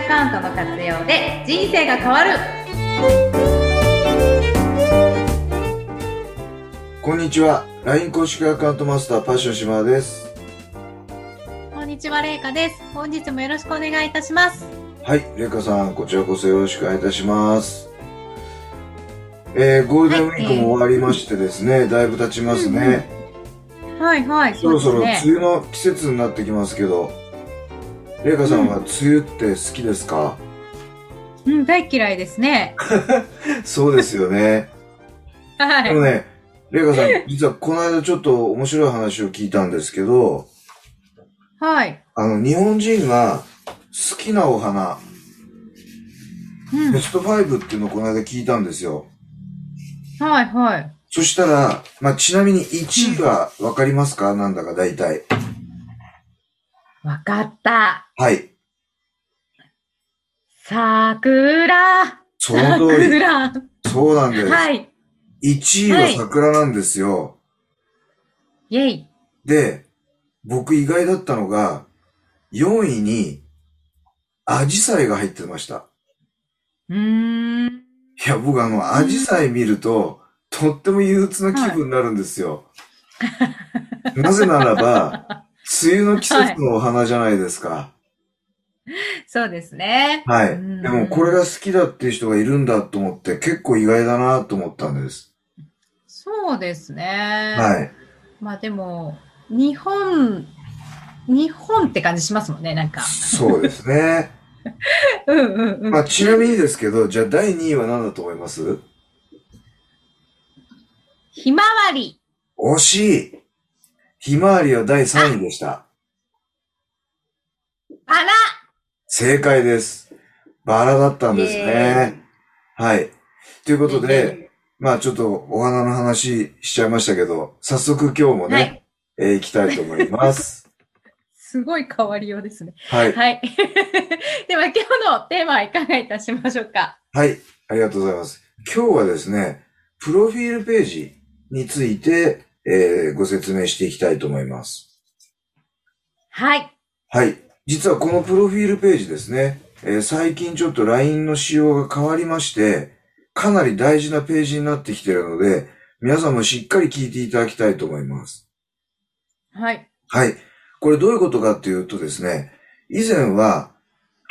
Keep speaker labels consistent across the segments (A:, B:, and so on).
A: 活用で人生が変わる
B: こんにちは。LINE 公式アカウントマスター、パッション島田です。
A: こんにちは、れいかです。本日もよろしくお願いいたします。
B: はい、レイカさん、こちらこそよろしくお願いいたします。えー、ゴールデンウィークも終わりましてですね、だいぶ経ちますね。
A: うんうんはいはい、
B: そろそろ
A: う
B: 梅
A: ですね。
B: 雨の季節になってきますけど、レイカさんは梅雨って好きですか、
A: うん、大嫌いですね。
B: そうですよね。
A: は
B: で
A: い。
B: もね、レイカさん、実はこの間ちょっと面白い話を聞いたんですけど、
A: はい。
B: あの、日本人が好きなお花、
A: うん
B: ベ。スト5っていうのをこの間聞いたんですよ。
A: はいはい。
B: そしたら、まあ、ちなみに1位はわかりますか、なんだか大体。
A: わかった。
B: はい。
A: 桜。
B: その通 り。
A: 桜。
B: そうなんです。
A: はい。
B: 1位は桜なんですよ。
A: イェイ。
B: で、僕意外だったのが、4位に、アジサイが入ってました。
A: うーん。
B: いや、僕あの、アジサイ見ると、とっても憂鬱な気分になるんですよ。なぜならば、 梅雨の季節のお花じゃないですか。
A: そうですね。
B: はい。
A: うん
B: でもこれが好きだっていう人がいるんだと思って結構意外だなと思ったんです。
A: そうですね。
B: はい。
A: まあでも、日本、日本って感じしますもんね、なんか。
B: そうですね。
A: うんうんうん。
B: まあちなみにですけど、じゃあ第2位は何だと思います
A: ひまわり。
B: 惜しいひまわりは第3位でした。
A: バラ。
B: 正解です。バラだったんですね。はい。ということで、まあちょっとお花の話しちゃいましたけど、早速今日もね、
A: はい。
B: えー行きたいと思います。
A: すごい変わりようですね。
B: はい。
A: はい。 では今日のテーマはいかがいたしましょうか。
B: はい、ありがとうございます。今日はですね、プロフィールページについて、えーご説明していきたいと思います。
A: はい。
B: はい。実はこのプロフィールページですね、えー最近ちょっと LINE の仕様が変わりまして、かなり大事なページになってきているので、皆さんもしっかり聞いていただきたいと思います。
A: はい。
B: はい。これどういうことかっていうとですね、以前は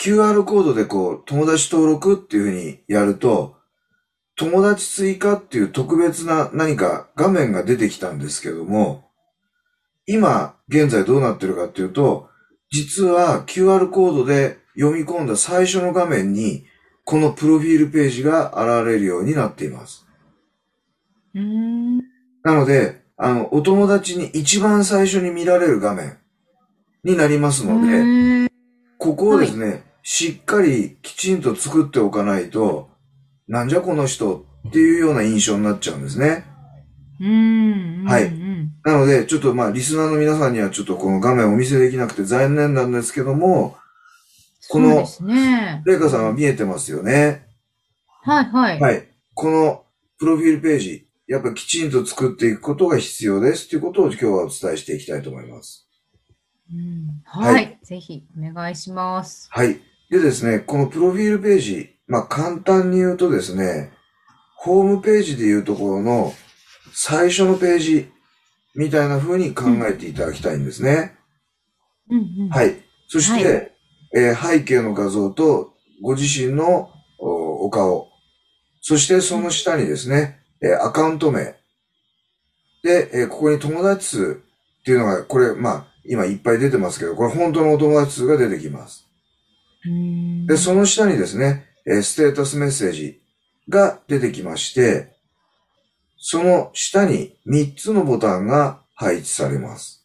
B: QR コードでこう、友達登録っていうふうにやると、友達追加っていう特別な何か画面が出てきたんですけども、今現在どうなってるかっていうと、実は QR コードで読み込んだ最初の画面に、このプロフィールページが現れるようになっています。
A: うーん。
B: なので、あの、お友達に一番最初に見られる画面になりますので、
A: うーん
B: ここをですね、しっかりきちんと作っておかないと、なんじゃこの人っていうような印象になっちゃうんですね。
A: うん。うん
B: はい
A: うん
B: なので、ちょっとまあ、リスナーの皆さんにはちょっとこの画面をお見せできなくて残念なんですけども、この
A: そうですね。
B: レイカさんは見えてますよね。
A: はいはい。
B: はい。このプロフィールページ、やっぱきちんと作っていくことが必要ですということを今日はお伝えしていきたいと思います。
A: うんは。
B: はい
A: ぜひお願いします。
B: はい。でですね、このプロフィールページ、まあ簡単に言うとですね、ホームページでいうところの最初のページみたいな風に考えていただきたいんですね。
A: うんうん
B: はい。そして、
A: は
B: えー背景の画像とご自身のおお顔、そしてその下にですね、えーアカウント名。で、えーここに友達数っていうのが、これ、まあ、今いっぱい出てますけど、これ本当のお友達数が出てきます。
A: うーん
B: で、その下にですね、えーステータスメッセージが出てきまして、その下に3つのボタンが配置されます。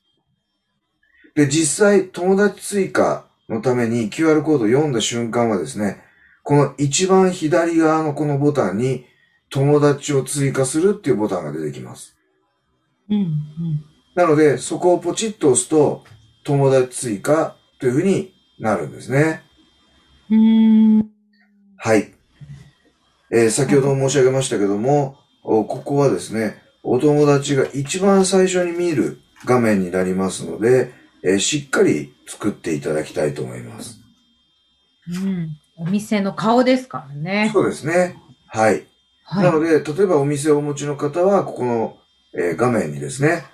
B: で、実際、友達追加のために QR コードを読んだ瞬間はですね、この一番左側のこのボタンに友達を追加するっていうボタンが出てきます。
A: うんうん
B: なので、そこをポチッと押すと、友達追加というふうになるんですね。
A: うーん。
B: はい。えー先ほども申し上げましたけども、おここはですね、お友達が一番最初に見る画面になりますので、えーしっかり作っていただきたいと思います。
A: うんお店の顔ですからね。
B: そうですね。はい。
A: はい
B: なので、例えばお店をお持ちの方は、ここの、えー画面にですね、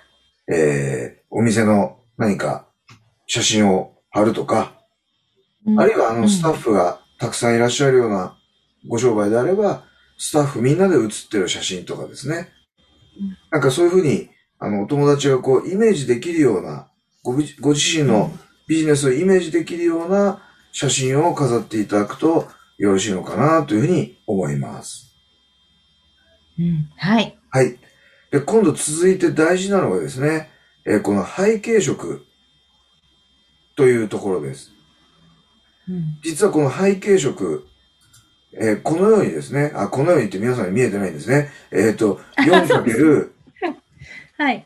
B: えーお店の何か写真を貼るとか、あるいはあ
A: う
B: の
A: ん
B: スタッフがたくさんいらっしゃるようなご商売であれば、スタッフみんなで写ってる写真とかですね
A: うん。
B: なんかそういうふうに、あの、お友達がこう、イメージできるような、ごびご自身のビジネスをイメージできるような写真を飾っていただくとよろしいのかなというふうに思います。
A: うんはい。
B: はい。で、今度続いて大事なのがですね、えーこの背景色というところです。
A: うん
B: 実はこの背景色、えーこのようにですね、あ、このようにって皆さんに見えてないんですね。えっ、と、4×11
A: はい。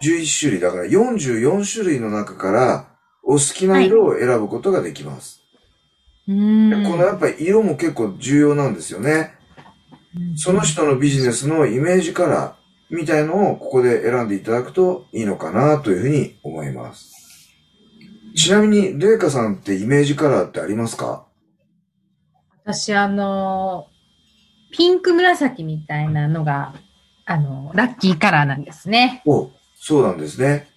B: 種類、だから44種類の中から、お好きな色を選ぶことができます。
A: う
B: で
A: ん
B: このやっぱり色も結構重要なんですよね。その人のビジネスのイメージカラーみたいのをここで選んでいただくといいのかなというふうに思います。ちなみに、レイカさんってイメージカラーってありますか
A: 私、あのー、ピンク紫みたいなのが、あのー、ラッキーカラーなんですね。
B: お、そうなんですね。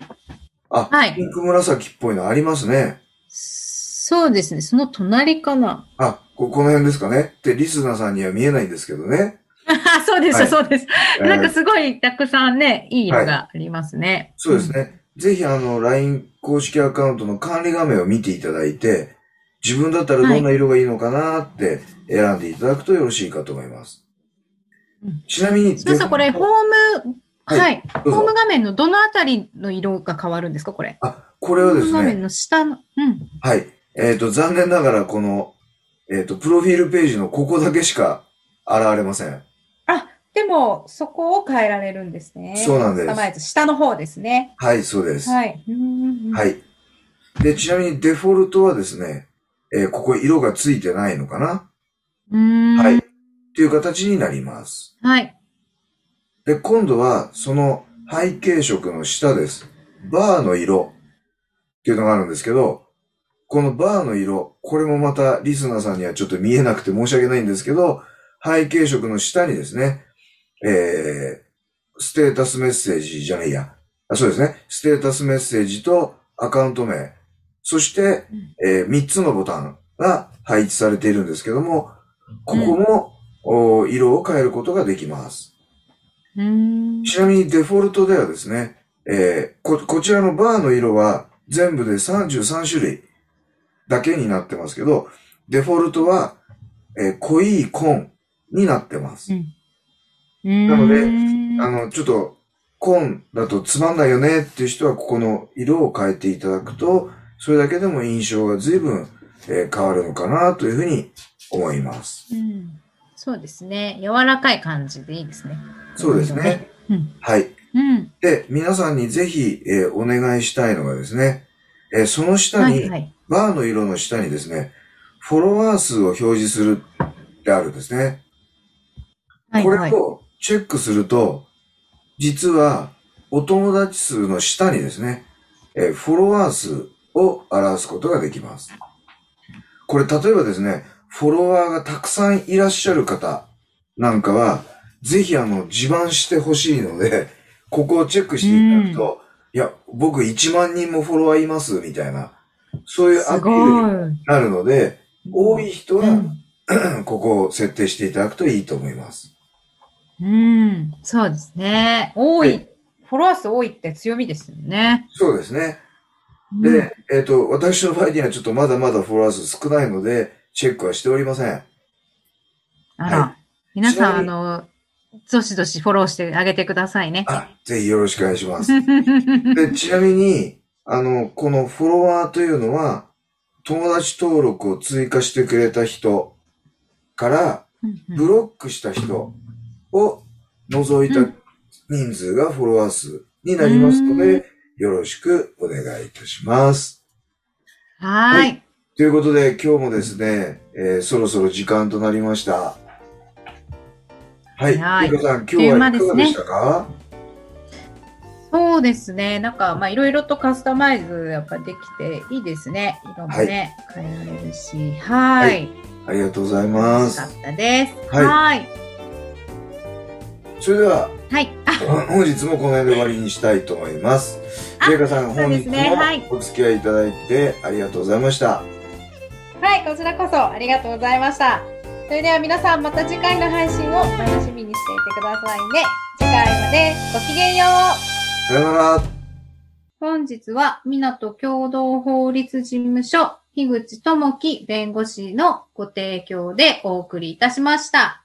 B: あ、
A: はい
B: ピンク紫っぽいのありますね。
A: そうですね。その隣かな。
B: あ、こ、この辺ですかね。ってリスナーさんには見えないんですけどね。
A: あ そうでし
B: は
A: た、
B: い
A: そうです。
B: えー
A: なんかすごいたくさんね、いい色がありますね。
B: そうですね。ぜひあの、LINE 公式アカウントの管理画面を見ていただいて、自分だったらどんな色がいいのかなって選んでいただくとよろしいかと思います。
A: うん
B: ちなみに、
A: うん。そうそう、これ、ホーム、
B: はい
A: はい。
B: どう
A: ホー
B: ぞ
A: ム画面のどのあたりの色が変わるんですか、これ。
B: あ、これはで
A: ホーム
B: す
A: 画
B: ね
A: 面、の下の、うん。
B: はい。えっ、と、残念ながらこの、えっ、と、プロフィールページのここだけしか現れません。
A: あ、でも、そこを変えられるんですね。
B: そうなんです
A: カスタマイズ下の方ですね。
B: はい、そうです。
A: はい。うん。
B: はいい。で、ちなみにデフォルトはですね、えーここ色がついてないのかな
A: うーん
B: はい。っていう形になります。
A: はい。
B: で、今度はその背景色の下です。バーの色っていうのがあるんですけど、このバーの色、これもまたリスナーさんにはちょっと見えなくて申し訳ないんですけど、背景色の下にですね、えー、ステータスメッセージじゃないや。あそうですね。ステータスメッセージとアカウント名、そして、え3つのボタンが配置されているんですけども、ここも、お色を変えることができます。
A: うーん。
B: ちなみにデフォルトではですね、えーこ、こちらのバーの色は全部で33種類だけになってますけど、デフォルトは、えー濃い紺になってます。
A: な
B: ので
A: で、
B: あの、ちょっと、紺だとつまんないよねっていう人は、ここの色を変えていただくと、それだけでも印象が随分、えー変わるのかなというふうに思います。
A: うんそうですね。柔らかい感じでいいですね。
B: そうですね。
A: うん。
B: はい。
A: うん。
B: で、皆さんにぜひ、えーお願いしたいのがですね、えーその下
A: は
B: に、
A: いはい。
B: バーの色の下にですね、フォロワー数を表示するってあるんですね。
A: はい
B: こ
A: は
B: れ
A: い。
B: をチェックすると、実はお友達数の下にですね、えーフォロワー数を表すことができます。これ例えばですね、フォロワーがたくさんいらっしゃる方なんかは、ぜひあの、自慢してほしいので、ここをチェックしていただくと、いや、僕1万人もフォロワーいます、みたいな、そういうア
A: す
B: ピールに
A: ごい。
B: なるので、多い人は、
A: う
B: ここを設定していただくといいと思います。
A: うん。そうですね。多。
B: はい
A: フォロワー数多いって強みですよね。
B: そうですね。
A: うん
B: で、えっ、と、私の場合にはちょっとまだまだフォロワー数少ないので、チェックはしておりません。
A: あら
B: は。
A: 皆さん、あ
B: ちなみに
A: の、どしどしフォローしてあげてくださいね。
B: あ、ぜひよろしくお願いし ます。で、ちなみに、あの、このフォロワーというのは、友達登録を追加してくれた人から、ブロックした人を除いた人数がフォロワー数になりますので、よろしくお願いいたします。
A: はーい。
B: ということで、今日もですね、えーそろそろ時間となりました。はい。
A: はい
B: ゆか
A: あ
B: さん、今
A: っと
B: 日
A: いう
B: は
A: 間
B: い
A: で
B: か
A: す
B: が
A: ね
B: でしたか
A: そうですね。なんか、まあ、いろいろとカスタマイズ、やっぱできていいですね。色もね、変えられるし。は。
B: はいありがとうございま
A: 楽し
B: す。
A: かったです。
B: はい
A: はい。
B: それでは、
A: はい。あ、
B: 本日もこの辺で終わりにしたいと思います。
A: あ
B: レイカさん、
A: そう
B: 本
A: で
B: 日
A: す
B: も
A: ねはい
B: お付き合いいただいてありがとうございました。
A: はい、こちらこそありがとうございました。それでは皆さんまた次回の配信を楽しみにしていてくださいね。次回までごきげんよう
B: さよなら。
A: 本日は、港共同法律事務所、樋口智樹弁護士のご提供でお送りいたしました。